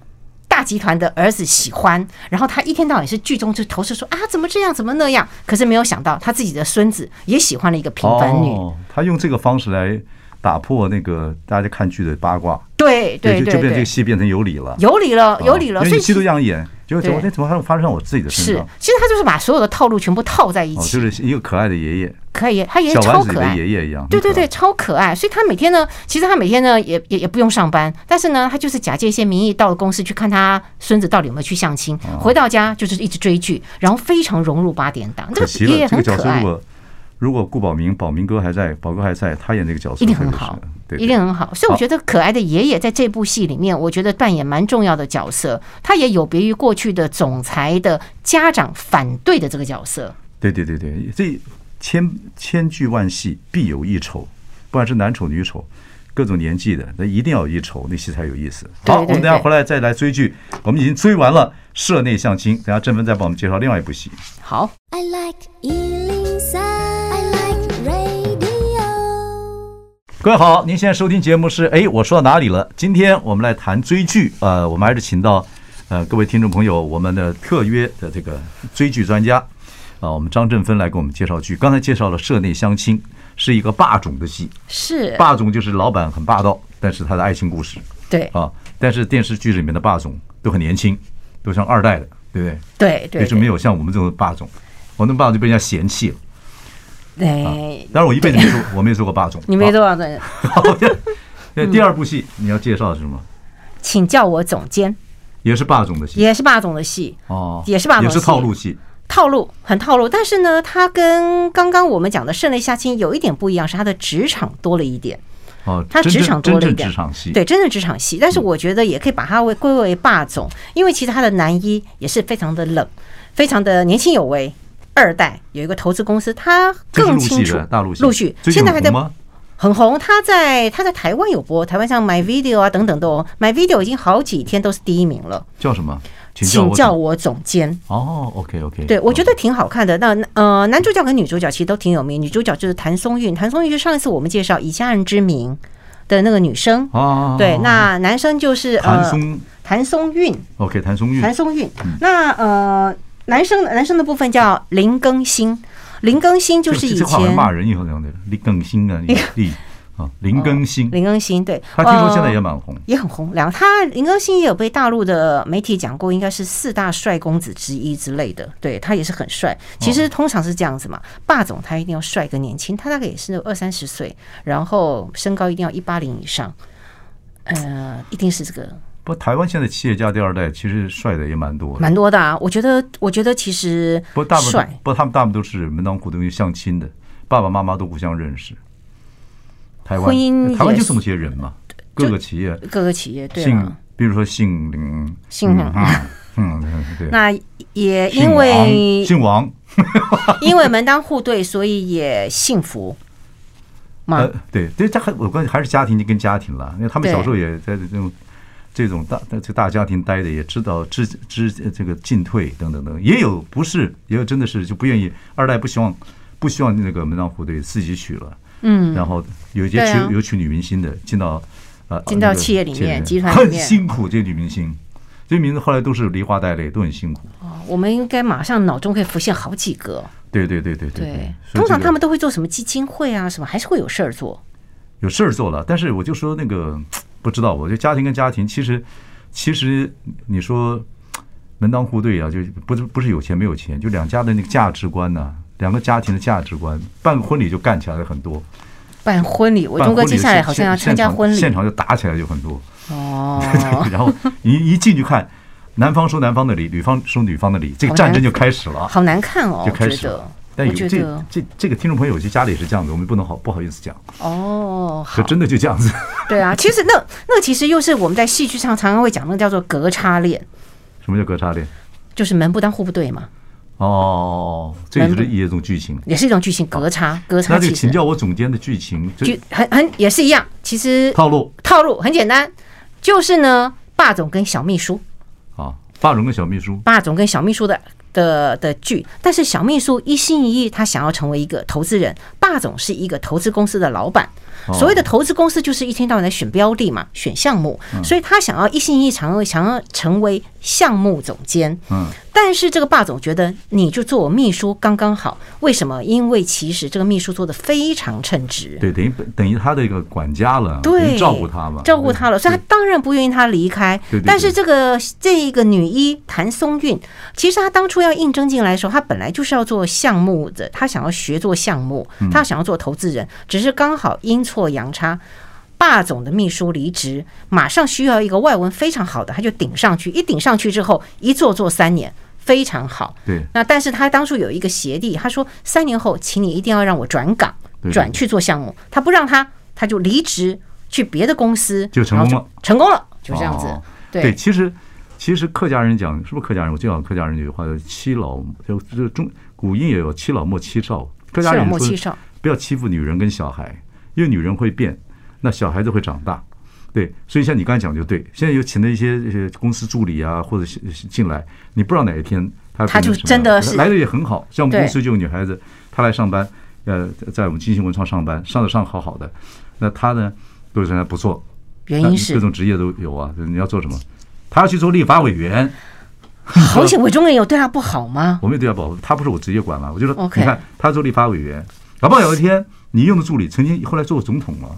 Speaker 3: 大集团的儿子喜欢，然后她一天到晚是剧中就投射说啊，怎么这样，怎么那样？可是没有想到，她自己的孙子也喜欢了一个平凡女。
Speaker 1: 哦，他用这个方式来打破那个大家看剧的八卦，
Speaker 3: 对对
Speaker 1: 就
Speaker 3: 对
Speaker 1: 就变这
Speaker 3: 对
Speaker 1: 个，戏变成有理了，
Speaker 3: 有理了，有理了。
Speaker 1: 啊因为
Speaker 3: 所以
Speaker 1: 你
Speaker 3: 其
Speaker 1: 戏都这
Speaker 3: 实
Speaker 1: 样演，结果怎么
Speaker 3: 对
Speaker 1: 那怎么还发生在我自己的身
Speaker 3: 是
Speaker 1: 上？，
Speaker 3: 其实他就是把所有的套路全部套在一
Speaker 1: 哦，
Speaker 3: 起。
Speaker 1: 就是一个可爱的爷爷，
Speaker 3: 可以，他爷爷
Speaker 1: 小
Speaker 3: 超
Speaker 1: 丸子里
Speaker 3: 可
Speaker 1: 的
Speaker 3: 爱。
Speaker 1: 爷爷一样，
Speaker 3: 对对
Speaker 1: 很可
Speaker 3: 对，
Speaker 1: 爱，
Speaker 3: 超可爱。所以他每天呢，其实他每天呢也也也不用上班，但是呢，他就是假借一些名义到公司去看他孙子到底有没有去相亲，
Speaker 1: 哦
Speaker 3: 回到家就是一直追剧，然后非常融入八点档。这
Speaker 1: 可
Speaker 3: 个
Speaker 1: 惜
Speaker 3: 爷
Speaker 1: 了
Speaker 3: 爷
Speaker 1: 这个
Speaker 3: 很
Speaker 1: 角
Speaker 3: 可
Speaker 1: 色，如
Speaker 3: 爱，
Speaker 1: 果如果顾宝明、宝明哥还在，宝哥还在，他演这个角色
Speaker 3: 一定很
Speaker 1: 会不会
Speaker 3: 好
Speaker 1: 是对，
Speaker 3: 一定很好。所以我觉得可爱的爷爷在这部戏里面，我觉得扮演蛮重要的角色，他也有别于过去的总裁的家长反对的这个角色。
Speaker 1: 对对对对，这千千剧万戏必有一丑，不管是男丑女丑，各种年纪的，那一定要有一丑，那戏才有意思。
Speaker 3: 对
Speaker 1: 好，
Speaker 3: 对
Speaker 1: 我们等下
Speaker 3: 对
Speaker 1: 回来再来追剧，我们已经追完了《社内相亲》，等下振芬再帮我们介绍另外一部戏。
Speaker 3: 好。
Speaker 2: I like Ealing Sound. I like radio.
Speaker 1: 各位好，您现在收听节目是哎，我说到哪里了？今天我们来谈追剧，呃，我们还是请到呃各位听众朋友，我们的特约的这个追剧专家啊、我们张振芬来给我们介绍剧。刚才介绍了《社内相亲》，是一个霸总的戏，
Speaker 3: 是，
Speaker 1: 霸总就是老板很霸道，但是他的爱情故事
Speaker 3: 对
Speaker 1: 啊，但是电视剧里面的霸总都很年轻，都像二代的，对不对？
Speaker 3: 对对，
Speaker 1: 也是没有像我们这种霸总，我那霸总就被人家嫌弃了。
Speaker 3: 哎，
Speaker 1: 当然，我一辈子没做，我没有做过霸总。
Speaker 3: 你没多嗯少的，
Speaker 1: 啊 好。 那第二部戏你要介绍的是什么？
Speaker 3: 请叫我总监，
Speaker 1: 也是霸总的戏
Speaker 3: 也是霸总的戏。
Speaker 1: 哦，
Speaker 3: 也是霸总
Speaker 1: 也
Speaker 3: 戏
Speaker 1: 是套路戏。
Speaker 3: 套路，很套路。但是呢，它跟刚刚我们讲的室内相亲有一点不一样，是它的职场多了一点。
Speaker 1: 哦，
Speaker 3: 他
Speaker 1: 真
Speaker 3: 职
Speaker 1: 正
Speaker 3: 场
Speaker 1: 真
Speaker 3: 多了一
Speaker 1: 正
Speaker 3: 点
Speaker 1: 职场戏，
Speaker 3: 对，真的职场戏。但是我觉得也可以把它为归为霸总，因为其实他的男一也是非常的冷，非常的年轻有为。二代有一个投资公司，他
Speaker 1: 这是
Speaker 3: 更
Speaker 1: 陆
Speaker 3: 清
Speaker 1: 续
Speaker 3: 楚
Speaker 1: 的大陆戏，
Speaker 3: 陆续
Speaker 1: 最近
Speaker 3: 现在
Speaker 1: 很
Speaker 3: 还在
Speaker 1: 红吗？
Speaker 3: 很红，他在他在台湾有播，台湾像 My Video 啊等等都有，My Video 已经好几天都是第一名了。
Speaker 1: 叫什么？
Speaker 3: 请
Speaker 1: 我
Speaker 3: 叫
Speaker 1: 怎么
Speaker 3: 我总监，
Speaker 1: 哦，OK OK，
Speaker 3: 对我觉得挺好看的。那呃，男主角跟女主角其实都挺有名，女主角就是谭松韵，谭松韵是上一次我们介绍《以家人之名》的那个女生，
Speaker 1: 哦，
Speaker 3: 对，那男生就是
Speaker 1: 谭
Speaker 3: 呃
Speaker 1: 松嗯
Speaker 3: 谭松韵，
Speaker 1: OK，谭松韵
Speaker 3: 谭松韵。那呃，男生男生的部分叫林更新，林更新就是
Speaker 1: 这
Speaker 3: 以
Speaker 1: 这话好像
Speaker 3: 前
Speaker 1: 骂人以后那样的林更新 啊，李啊林更新，
Speaker 3: 林更新，对，
Speaker 1: 他听说
Speaker 3: 呃
Speaker 1: 现在也蛮红，
Speaker 3: 也很红。然后他林更新也有被大陆的媒体讲过，应该是四大帅公子之一之类的。对他也是很帅。其实通常是这样子嘛，霸总他一定要帅跟年轻，他大概也是二三十岁，然后身高一定要一八零以上。呃，一定是这个
Speaker 1: 不，台湾现在企业家第二代其实帅的也蛮多的，
Speaker 3: 蛮多的啊。我觉得，我觉得其实
Speaker 1: 不过大部
Speaker 3: 帅
Speaker 1: 分，不过他们大部分都是门当户对相亲的，爸爸妈妈都互相认识。台湾
Speaker 3: 婚姻
Speaker 1: 台湾
Speaker 3: 也
Speaker 1: 就是这么些人嘛，各个企业
Speaker 3: 各个企业对
Speaker 1: 姓
Speaker 3: 啊，，
Speaker 1: 比如说姓林，
Speaker 3: 姓
Speaker 1: 嗯嗯，嗯对，
Speaker 3: 那也
Speaker 1: 姓
Speaker 3: 因为
Speaker 1: 王姓王，
Speaker 3: 因为门当户对，所以也幸福嘛。
Speaker 1: 呃，对，这这还我关还是家庭就跟家庭了，因为他们
Speaker 3: 对
Speaker 1: 小时候也在这种这种大在这大家庭待着，也知道知知呃这个进退等等等，也有不是，也有真的是就不愿意，二代不希望不希望那个门当户对，自己娶了，嗯，然后有一些
Speaker 3: 对
Speaker 1: 娶、
Speaker 3: 啊
Speaker 1: 有娶女明星的进到呃
Speaker 3: 进到
Speaker 1: 那个
Speaker 3: 企业里面集团里
Speaker 1: 很
Speaker 3: 面
Speaker 1: 辛苦，这些女明星。这些名字后来都是梨花带泪，都很辛苦。
Speaker 3: 我们应该马上脑中可以浮现好几个。
Speaker 1: 对对对对对
Speaker 3: 对，
Speaker 1: 所以
Speaker 3: 通常
Speaker 1: 这个
Speaker 3: 他们都会做什么基金会啊，什么还是会有事儿做。
Speaker 1: 有事儿做了，但是我就说那个不知道，我觉得家庭跟家庭其实其实你说门当户对啊，就不是不是有钱没有钱，就两家的那个价值观呐、两个家庭的价值观，办个婚礼就干起来很多。
Speaker 3: 办婚礼，伟
Speaker 1: 办
Speaker 3: 忠哥
Speaker 1: 婚礼
Speaker 3: 接下来
Speaker 1: 现
Speaker 3: 好像
Speaker 1: 现
Speaker 3: 要参加
Speaker 1: 现场
Speaker 3: 婚
Speaker 1: 现
Speaker 3: 礼
Speaker 1: 场就打起来就很多。
Speaker 3: 哦。
Speaker 1: 然后你一进去看，男方收男方的礼，女方收女方的礼，这个
Speaker 3: 好
Speaker 1: 战
Speaker 3: 难
Speaker 1: 争就开始了啊。
Speaker 3: 好难看哦，
Speaker 1: 就
Speaker 3: 我
Speaker 1: 开
Speaker 3: 觉
Speaker 1: 始
Speaker 3: 得
Speaker 1: 了。但有
Speaker 3: 我觉
Speaker 1: 这
Speaker 3: 得
Speaker 1: 这这个听众朋友有些家里是这样子，我们不能好不好意思讲，
Speaker 3: 哦，
Speaker 1: 就
Speaker 3: 好，
Speaker 1: 真的就这样子。
Speaker 3: 对啊，其实那那其实又是我们在戏剧上常常会讲那个叫做隔差恋，
Speaker 1: 什么叫隔差恋？
Speaker 3: 就是门不当户不对嘛，
Speaker 1: 哦，这也
Speaker 3: 门
Speaker 1: 是
Speaker 3: 不
Speaker 1: 一种剧情。
Speaker 3: 也是一种剧情隔差，隔
Speaker 1: 那
Speaker 3: 差
Speaker 1: 这
Speaker 3: 其
Speaker 1: 个请
Speaker 3: 实
Speaker 1: 教我总监的剧情，就
Speaker 3: 就很很也是一样，其实
Speaker 1: 套路
Speaker 3: 套路很简单，就是呢，霸总跟小秘书，
Speaker 1: 啊，霸总跟小秘书
Speaker 3: 霸总跟小秘书的的的剧，但是小秘书一心一意，他想要成为一个投资人，霸总是一个投资公司的老板。所谓的投资公司就是一天到晚在选标的嘛，选项目，所以他想要一心一意想要想要成为项目总监。
Speaker 1: 嗯，
Speaker 3: 但是这个霸总觉得你就做我秘书刚刚好，为什么？因为其实这个秘书做的非常称职。
Speaker 1: 对，等于等于他的一个管家了，等
Speaker 3: 对，
Speaker 1: 于照顾他嘛，
Speaker 3: 照顾他了，所以他
Speaker 1: 对
Speaker 3: 当然不愿意他离开。
Speaker 1: 对对对
Speaker 3: 但是这个这一个女一谭松韵，其实她当初要应征进来的时候，她本来就是要做项目的，她想要学做项目，
Speaker 1: 嗯
Speaker 3: 她想要做投资人，只是刚好阴错阳差。霸总的秘书离职，马上需要一个外文非常好的，他就顶上去。一顶上去之后，一做做三年，非常好。
Speaker 1: 对
Speaker 3: 那但是他当初有一个协议，他说三年后，请你一定要让我转岗
Speaker 1: 对，对
Speaker 3: 转去做项目。他不让他，他就离职去别的公司，
Speaker 1: 就成功了
Speaker 3: 然后就，成功了，就这样子
Speaker 1: 哦。对，
Speaker 3: 对
Speaker 1: 其实其实客家人讲是不是客家人？我就讲客家人有句话叫“七老”，就就中古音也有“七老莫七少”。客家
Speaker 3: 七老
Speaker 1: 人呃
Speaker 3: 莫
Speaker 1: 说
Speaker 3: 七少
Speaker 1: 不要欺负女人跟小孩，因为女人会变，那小孩子会长大。对，所以像你刚才讲就对，现在有请的一些呃公司助理啊，或者是是进来，你不知道哪一天他
Speaker 3: 他就
Speaker 1: 变成什么样
Speaker 3: 真的是
Speaker 1: 来的也很好，像我们
Speaker 3: 对
Speaker 1: 公司就有女孩子，她来上班，呃，在我们金星文创上班，上的上好好的，那她呢，都是还不错，
Speaker 3: 原
Speaker 1: 那
Speaker 3: 因
Speaker 1: 各
Speaker 3: 是
Speaker 1: 种职业都有啊。你要做什么？他要去做立法委员，
Speaker 3: 好险，伟忠人有对他不好吗？
Speaker 1: 我没有对他保护，他不是我职业管嘛。我就说，
Speaker 3: OK
Speaker 1: 你看他做立法委员，搞不好有一天你用的助理曾经后来做过总统了，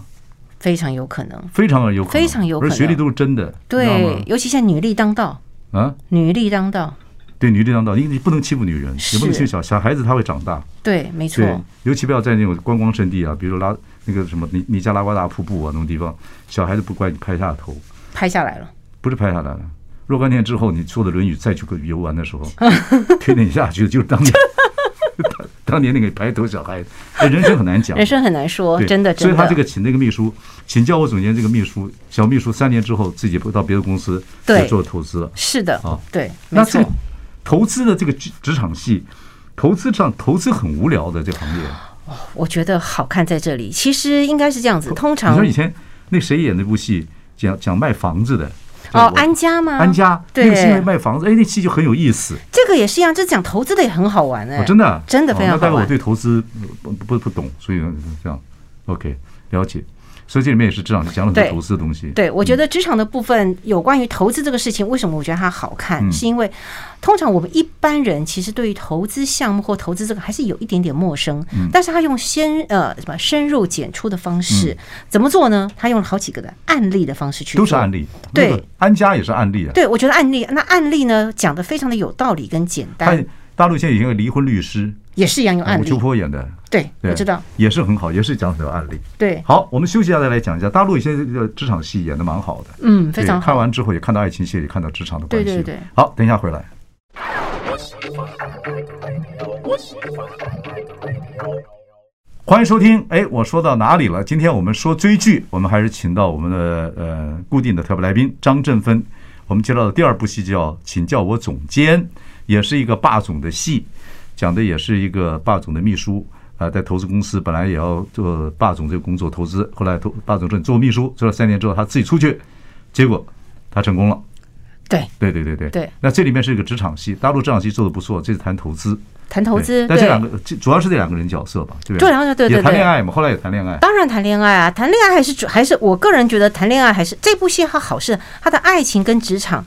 Speaker 3: 非常有可能，
Speaker 1: 非常有可能，
Speaker 3: 非常有可能
Speaker 1: 而学历都是真的，你知
Speaker 3: 对，尤其现在女力当道，
Speaker 1: 道吗？啊，
Speaker 3: 女力当道，
Speaker 1: 对，女力当道，你你不能欺负女人，也不能欺负小小孩子，他会长大。
Speaker 3: 对，没错，
Speaker 1: 对，尤其不要在那种观光圣地啊，比如拉那个什么尼尼加拉瓜大瀑布啊那种地方，小孩子不乖，你拍下头，
Speaker 3: 拍下来了。
Speaker 1: 不是拍下来了。若干年之后，你坐的轮椅再去游玩的时 候，推你下去的就是当年 当当年那个白头小孩，哎人生很难讲，
Speaker 3: 人生很难说，
Speaker 1: 对，
Speaker 3: 真的，真
Speaker 1: 所以
Speaker 3: 的。
Speaker 1: 他这个请那个秘书，请教我总监这个秘书，小秘书三年之后自己不到别的公司
Speaker 3: 对
Speaker 1: 去做投资了。
Speaker 3: 是的
Speaker 1: 啊，
Speaker 3: 对，没
Speaker 1: 那这
Speaker 3: 错
Speaker 1: 个。投资的这个职职场戏，投资上投资很无聊的这个行业。
Speaker 3: 我觉得好看在这里，其实应该是这样子。通
Speaker 1: 哦你
Speaker 3: 常
Speaker 1: 说以前那谁演那部戏，讲讲卖房子的。
Speaker 3: 哦，
Speaker 1: 叫我
Speaker 3: 安家吗？
Speaker 1: 安家，那个是因为
Speaker 3: 对，
Speaker 1: 卖房子，哎，那戏就很有意思，
Speaker 3: 这个也是一啊样，这讲投资的也很好玩哎、
Speaker 1: 哦真的啊，
Speaker 3: 真的
Speaker 1: 哦
Speaker 3: 非常
Speaker 1: 那大概
Speaker 3: 好玩
Speaker 1: 我对投资呃不不不懂，所以呢这样，OK，了解。所以这里面也是这样讲了很
Speaker 3: 对
Speaker 1: 多投资的东西。
Speaker 3: 对，我觉得职场的部分有关于投资这个事情，为什么我觉得它好看，
Speaker 1: 嗯
Speaker 3: 是因为通常我们一般人其实对于投资项目或投资这个还是有一点点陌生，
Speaker 1: 嗯
Speaker 3: 但是他用先呃什么深入简出的方式，怎么做呢？他用了好几个的案例的方式
Speaker 1: 嗯
Speaker 3: 去
Speaker 1: 都是
Speaker 3: 做
Speaker 1: 案例。
Speaker 3: 对
Speaker 1: 那个安家也是案例啊。
Speaker 3: 对，我觉得案例那案例呢讲的非常的有道理跟简
Speaker 1: 他
Speaker 3: 单，
Speaker 1: 大陆现在有一个离婚律师，啊
Speaker 3: 也是一样用案
Speaker 1: 吴秋
Speaker 3: 例。
Speaker 1: 波演的，
Speaker 3: 对，
Speaker 1: 对
Speaker 3: 我知道，
Speaker 1: 也是很好，也是讲很多案例。
Speaker 3: 对，
Speaker 1: 好，我们休息一下再来讲一下大陆一些这个职场戏演的蛮好的，
Speaker 3: 嗯，非常
Speaker 1: 对
Speaker 3: 好。
Speaker 1: 看完之后也看到爱情戏，也看到职场的关系。
Speaker 3: 对对对
Speaker 1: 好，等一下回来。欢迎收听，哎，我说到哪里了？今天我们说追剧，我们还是请到我们的呃固定的特别来宾张振芬。我们介绍的第二部戏叫《请叫我总监》，也是一个霸总的戏，讲的也是一个霸总的秘书。啊，在投资公司本来也要做霸总这个工作投资，后来投霸总说你做秘书，做了三年之后他自己出去，结果他成功了。
Speaker 3: 对，
Speaker 1: 对对对对
Speaker 3: 对
Speaker 1: 那这里面是一个职场戏，大陆职场戏做的不错，这是谈投资。
Speaker 3: 谈投
Speaker 1: 对
Speaker 3: 资，
Speaker 1: 但这两
Speaker 3: 对，
Speaker 1: 个这主要是这两个人角色吧，对不
Speaker 3: 这两个对对
Speaker 1: 也谈
Speaker 3: 对
Speaker 1: 恋爱嘛，后来也谈恋爱。
Speaker 3: 当然谈恋爱啊，谈恋爱还是主还是我个人觉得谈恋爱还是这部戏它好是它的爱情跟职场。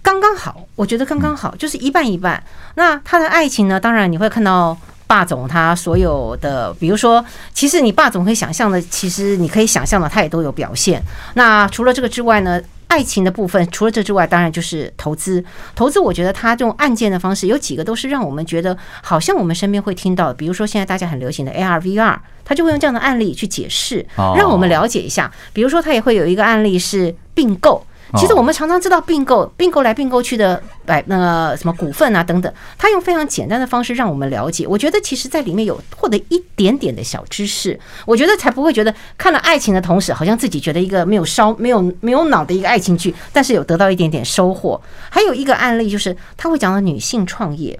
Speaker 3: 刚刚好，我觉得刚刚好，就是一半一半。那他的爱情呢？当然你会看到霸总他所有的，比如说，其实你霸总可以想象的，其实你可以想象的，他也都有表现。那除了这个之外呢？爱情的部分，除了这之外，当然就是投资。投资，我觉得他这种案件的方式，有几个都是让我们觉得好像我们身边会听到的，比如说现在大家很流行的 AR、VR，他就会用这样的案例去解释
Speaker 1: 哦，
Speaker 3: 让我们了解一下。比如说，他也会有一个案例是并购。其实我们常常知道并购、并购来并购去的百那个什么股份啊等等，他用非常简单的方式让我们了解。我觉得其实在里面有获得一点点的小知识，我觉得才不会觉得看了爱情的同时，好像自己觉得一个没有烧、没有没有脑的一个爱情剧，但是有得到一点点收获。还有一个案例就是他会讲到女性创业，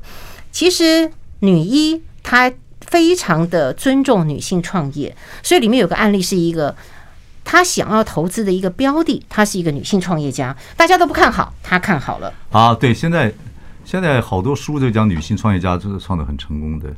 Speaker 3: 其实女一她非常的尊重女性创业，所以里面有个案例是一个。她想要投资的一个标的，她是一个女性创业家，大家都不看好，她看好了。
Speaker 1: 啊，对，现在现在好多书就讲女性创业家就是创的很成功的，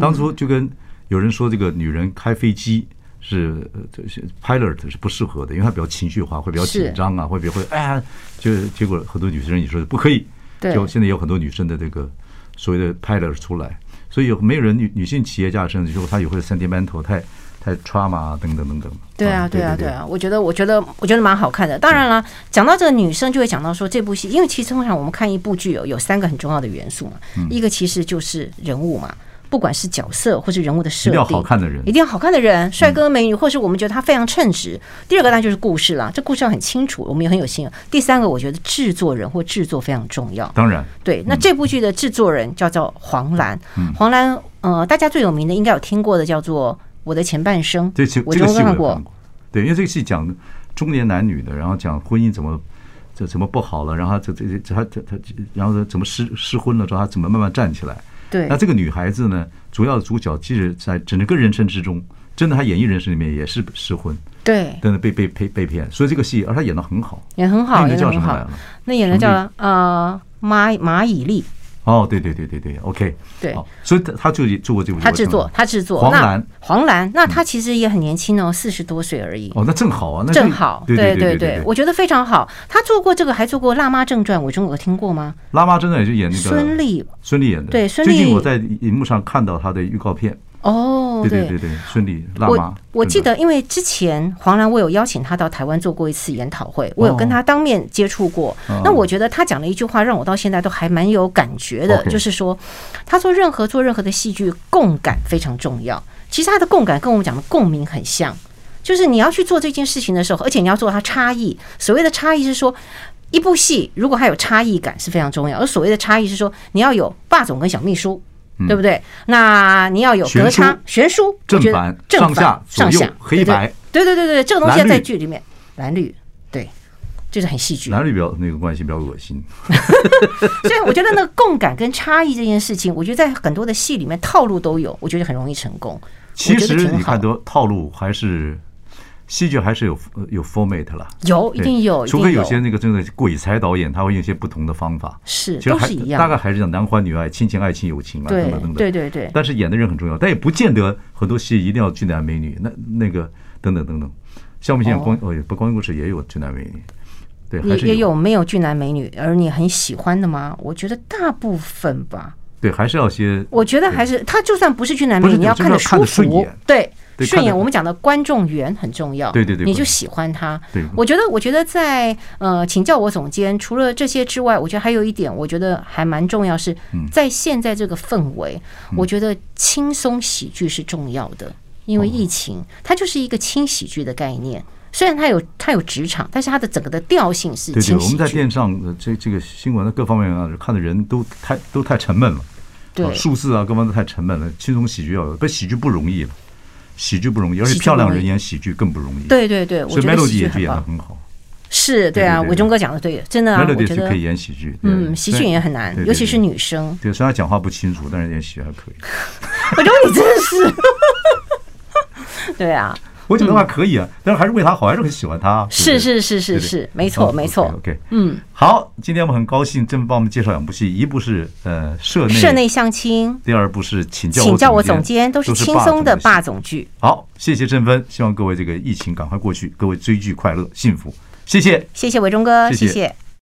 Speaker 1: 当初就跟有人说这个女人开飞机。是，呃这是 pilot 是不适合的，因为她比较情绪化，会比较
Speaker 3: 是
Speaker 1: 紧张啊，会比较会哎呀，就结果很多女生也说不可以，
Speaker 3: 对
Speaker 1: 就现在有很多女生的这个所谓的 pilot 出来，所以有没有人女女性企业家甚至说她也会 sentimental 太太 trauma 啊等等等等。
Speaker 3: 对啊，对
Speaker 1: 对
Speaker 3: 啊，对啊，我觉得，我觉得，我觉得蛮好看的。当然了，讲到这个女生，就会讲到说这部戏，因为其实通常我们看一部剧有有三个很重要的元素嘛，一个其实就是人物嘛，不管是角色或是人物的设
Speaker 1: 一定
Speaker 3: 定，
Speaker 1: 要好看的人
Speaker 3: 一定要好看的人，帅哥美女，或是我们觉得他非常称职。第二个当然就是故事啦，这故事要很清楚，我们也很有心。啊第三个，我觉得制作人或制作非常重要。
Speaker 1: 当然，
Speaker 3: 对，那这部剧的制作人叫做黄澜，
Speaker 1: 嗯
Speaker 3: 黄澜，呃，大家最有名的应该有听过的叫做《我的前半生》，
Speaker 1: 这期
Speaker 3: 我
Speaker 1: 这个
Speaker 3: 中
Speaker 1: 戏我
Speaker 3: 看
Speaker 1: 也
Speaker 3: 过
Speaker 1: 看。过，对，因为这个戏讲中年男女的，然后讲婚姻怎么这怎么不好了，然后这这这他他他，然后怎么失失婚了之后，他怎么慢慢站起来。
Speaker 3: 对，
Speaker 1: 那这个女孩子呢，主要的主角即使在整个人生之中，真的她演艺人生里面也是失婚，
Speaker 3: 对，
Speaker 1: 真的被被被被骗，所以这个戏而她演的很好。
Speaker 3: 也很好，
Speaker 1: 那个
Speaker 3: 也
Speaker 1: 叫
Speaker 3: 很
Speaker 1: 什么来
Speaker 3: 好
Speaker 1: 了。
Speaker 3: 那演员叫呃马马以丽，
Speaker 1: 哦，对对对对对，OK，
Speaker 3: 对
Speaker 1: 好，所以她她就做过这部，
Speaker 3: 他制作，。他制作。
Speaker 1: 黄
Speaker 3: 那
Speaker 1: 澜
Speaker 3: 黄澜，那他其实也很年轻哦，四十多岁而已。
Speaker 1: 哦，那正好啊，那
Speaker 3: 正好，
Speaker 1: 对
Speaker 3: 对
Speaker 1: 对
Speaker 3: 对
Speaker 1: 对，，
Speaker 3: 我觉得非常好。他做过这个，还做过《辣妈正传》，我中国有听过吗？
Speaker 1: 拉妈真的也是演那个
Speaker 3: 孙俪，
Speaker 1: 孙俪演的。
Speaker 3: 对孙
Speaker 1: 最近
Speaker 3: 俪
Speaker 1: 我在荧幕上看到她的预告片。
Speaker 3: 哦，
Speaker 1: 对对对对，孙俪辣妈
Speaker 3: 我。我记
Speaker 1: 真的
Speaker 3: 得，因为之前黄澜我有邀请他到台湾做过一次研讨
Speaker 1: 哦
Speaker 3: 会，我有跟他当面接触过。那我觉得他讲了一句话，让我到现在都还蛮有感觉的，
Speaker 1: OK
Speaker 3: 就是说，他说任何做任何的戏剧，共感非常重要。其实他的共感跟我们讲的共鸣很像，就是你要去做这件事情的时候，而且你要做它差异。所谓的差异是说。一部戏如果它有差异感是非常重要。而所谓的差异是说，你要有霸总跟小秘书，对不对？那你要有
Speaker 1: 嗯悬
Speaker 3: 隔
Speaker 1: 殊
Speaker 3: 差、悬殊、我
Speaker 1: 正
Speaker 3: 觉得
Speaker 1: 反
Speaker 3: 正
Speaker 1: 上
Speaker 3: 反、
Speaker 1: 下
Speaker 3: 上
Speaker 1: 左右
Speaker 3: 下、
Speaker 1: 黑
Speaker 3: 对对
Speaker 1: 白。
Speaker 3: 对对对对，这个东西
Speaker 1: 蓝
Speaker 3: 要在
Speaker 1: 绿
Speaker 3: 剧里面，蓝绿，对，就是很戏剧。
Speaker 1: 男女比较那个关系比较恶心，
Speaker 3: 所以我觉得那个共感跟差异这件事情，我觉得在很多的戏里面套路都有，我觉得很容易成功。
Speaker 1: 其
Speaker 3: 我觉
Speaker 1: 实
Speaker 3: 得挺
Speaker 1: 你
Speaker 3: 好
Speaker 1: 看，多套路还是戏剧还是有呃有 format 了，
Speaker 3: 有一
Speaker 1: 对
Speaker 3: 定有，一
Speaker 1: 除
Speaker 3: 定
Speaker 1: 非有些那个真的鬼才导演，他会用一些不同的方法。
Speaker 3: 是
Speaker 1: 其实
Speaker 3: 都
Speaker 1: 还
Speaker 3: 是一
Speaker 1: 大
Speaker 3: 样
Speaker 1: 概，还是讲男欢女爱、亲情、爱情、友情啊，等
Speaker 3: 对
Speaker 1: 等等等。
Speaker 3: 对对对，
Speaker 1: 但是演的人很重要，但也不见得很多戏一定要俊男美女，那那个等等等等。像我们现在光哦也不光故事也有俊男美女，对，还
Speaker 3: 也
Speaker 1: 是
Speaker 3: 也有没有俊男美女，而你很喜欢的吗？我觉得大部分吧，
Speaker 1: 对，还是要些
Speaker 3: 我觉得还是他就算不是俊男
Speaker 1: 不
Speaker 3: 美
Speaker 1: 是
Speaker 3: 女，你要
Speaker 1: 就是
Speaker 3: 看得
Speaker 1: 要看
Speaker 3: 舒
Speaker 1: 得顺
Speaker 3: 服
Speaker 1: 眼，
Speaker 3: 对。
Speaker 1: 对
Speaker 3: 顺
Speaker 1: 看
Speaker 3: 眼，
Speaker 1: 得
Speaker 3: 我们讲的观众缘很重要，
Speaker 1: 对对对
Speaker 3: 你
Speaker 1: 观
Speaker 3: 就喜欢他。
Speaker 1: 对
Speaker 3: 我觉得，我觉得在呃，请教我总监，除了这些之外，我觉得还有一点，我觉得还蛮重要是，
Speaker 1: 嗯
Speaker 3: 在现在这个氛围，我觉得轻松喜剧是重要的，因为
Speaker 1: 哦
Speaker 3: 疫情，它就是一个轻喜剧的概念。虽然它有它有职场，但是它的整个的调性是
Speaker 1: 对对，
Speaker 3: 轻
Speaker 1: 我
Speaker 3: 喜
Speaker 1: 们在
Speaker 3: 剧。
Speaker 1: 电视上呃这这个新闻的各方面啊，看的人都太都太沉闷了，啊
Speaker 3: 对，
Speaker 1: 数字啊各方面都太沉闷了，轻松喜剧要有，不喜剧不容易了，喜剧不容易，而
Speaker 3: 喜
Speaker 1: 且
Speaker 3: 剧
Speaker 1: 漂亮
Speaker 3: 不容
Speaker 1: 人
Speaker 3: 易
Speaker 1: 演喜剧更不容易。，
Speaker 3: 对对对，我
Speaker 1: 所以
Speaker 3: 觉得喜
Speaker 1: Melody
Speaker 3: 剧
Speaker 1: 也是
Speaker 3: 很
Speaker 1: 演的
Speaker 3: 棒。
Speaker 1: 很好
Speaker 3: 是对啊，
Speaker 1: 对对对
Speaker 3: 伟忠哥讲的对，真的啊，我
Speaker 1: ，Melody
Speaker 3: 觉
Speaker 1: 是
Speaker 3: 得
Speaker 1: 可以演喜剧，对
Speaker 3: 嗯，喜剧也很难
Speaker 1: 对，对
Speaker 3: 尤其
Speaker 1: 对
Speaker 3: 是女生。
Speaker 1: 对，虽然讲话不清楚，但是演喜剧还可以。
Speaker 3: 我觉得你真的是， 对啊，
Speaker 1: 我觉得还可以啊，但是还是为他好，还是很喜欢他。对
Speaker 3: 是
Speaker 1: 不对，哦
Speaker 3: 是是是是，没错没错，
Speaker 1: OK，
Speaker 3: 嗯，
Speaker 1: 好，今天我们很高兴，郑帮我们介绍两部戏，一部是呃社内，
Speaker 3: 社内相亲，
Speaker 1: 第二部是请教
Speaker 3: 请教我
Speaker 1: 总
Speaker 3: 总监都是轻松的霸。总剧，
Speaker 1: 好，谢谢郑芬，希望各位这个疫情赶快过去，各位追剧快乐幸福，谢谢。
Speaker 3: 谢谢伟忠哥，
Speaker 1: 谢谢
Speaker 3: 谢谢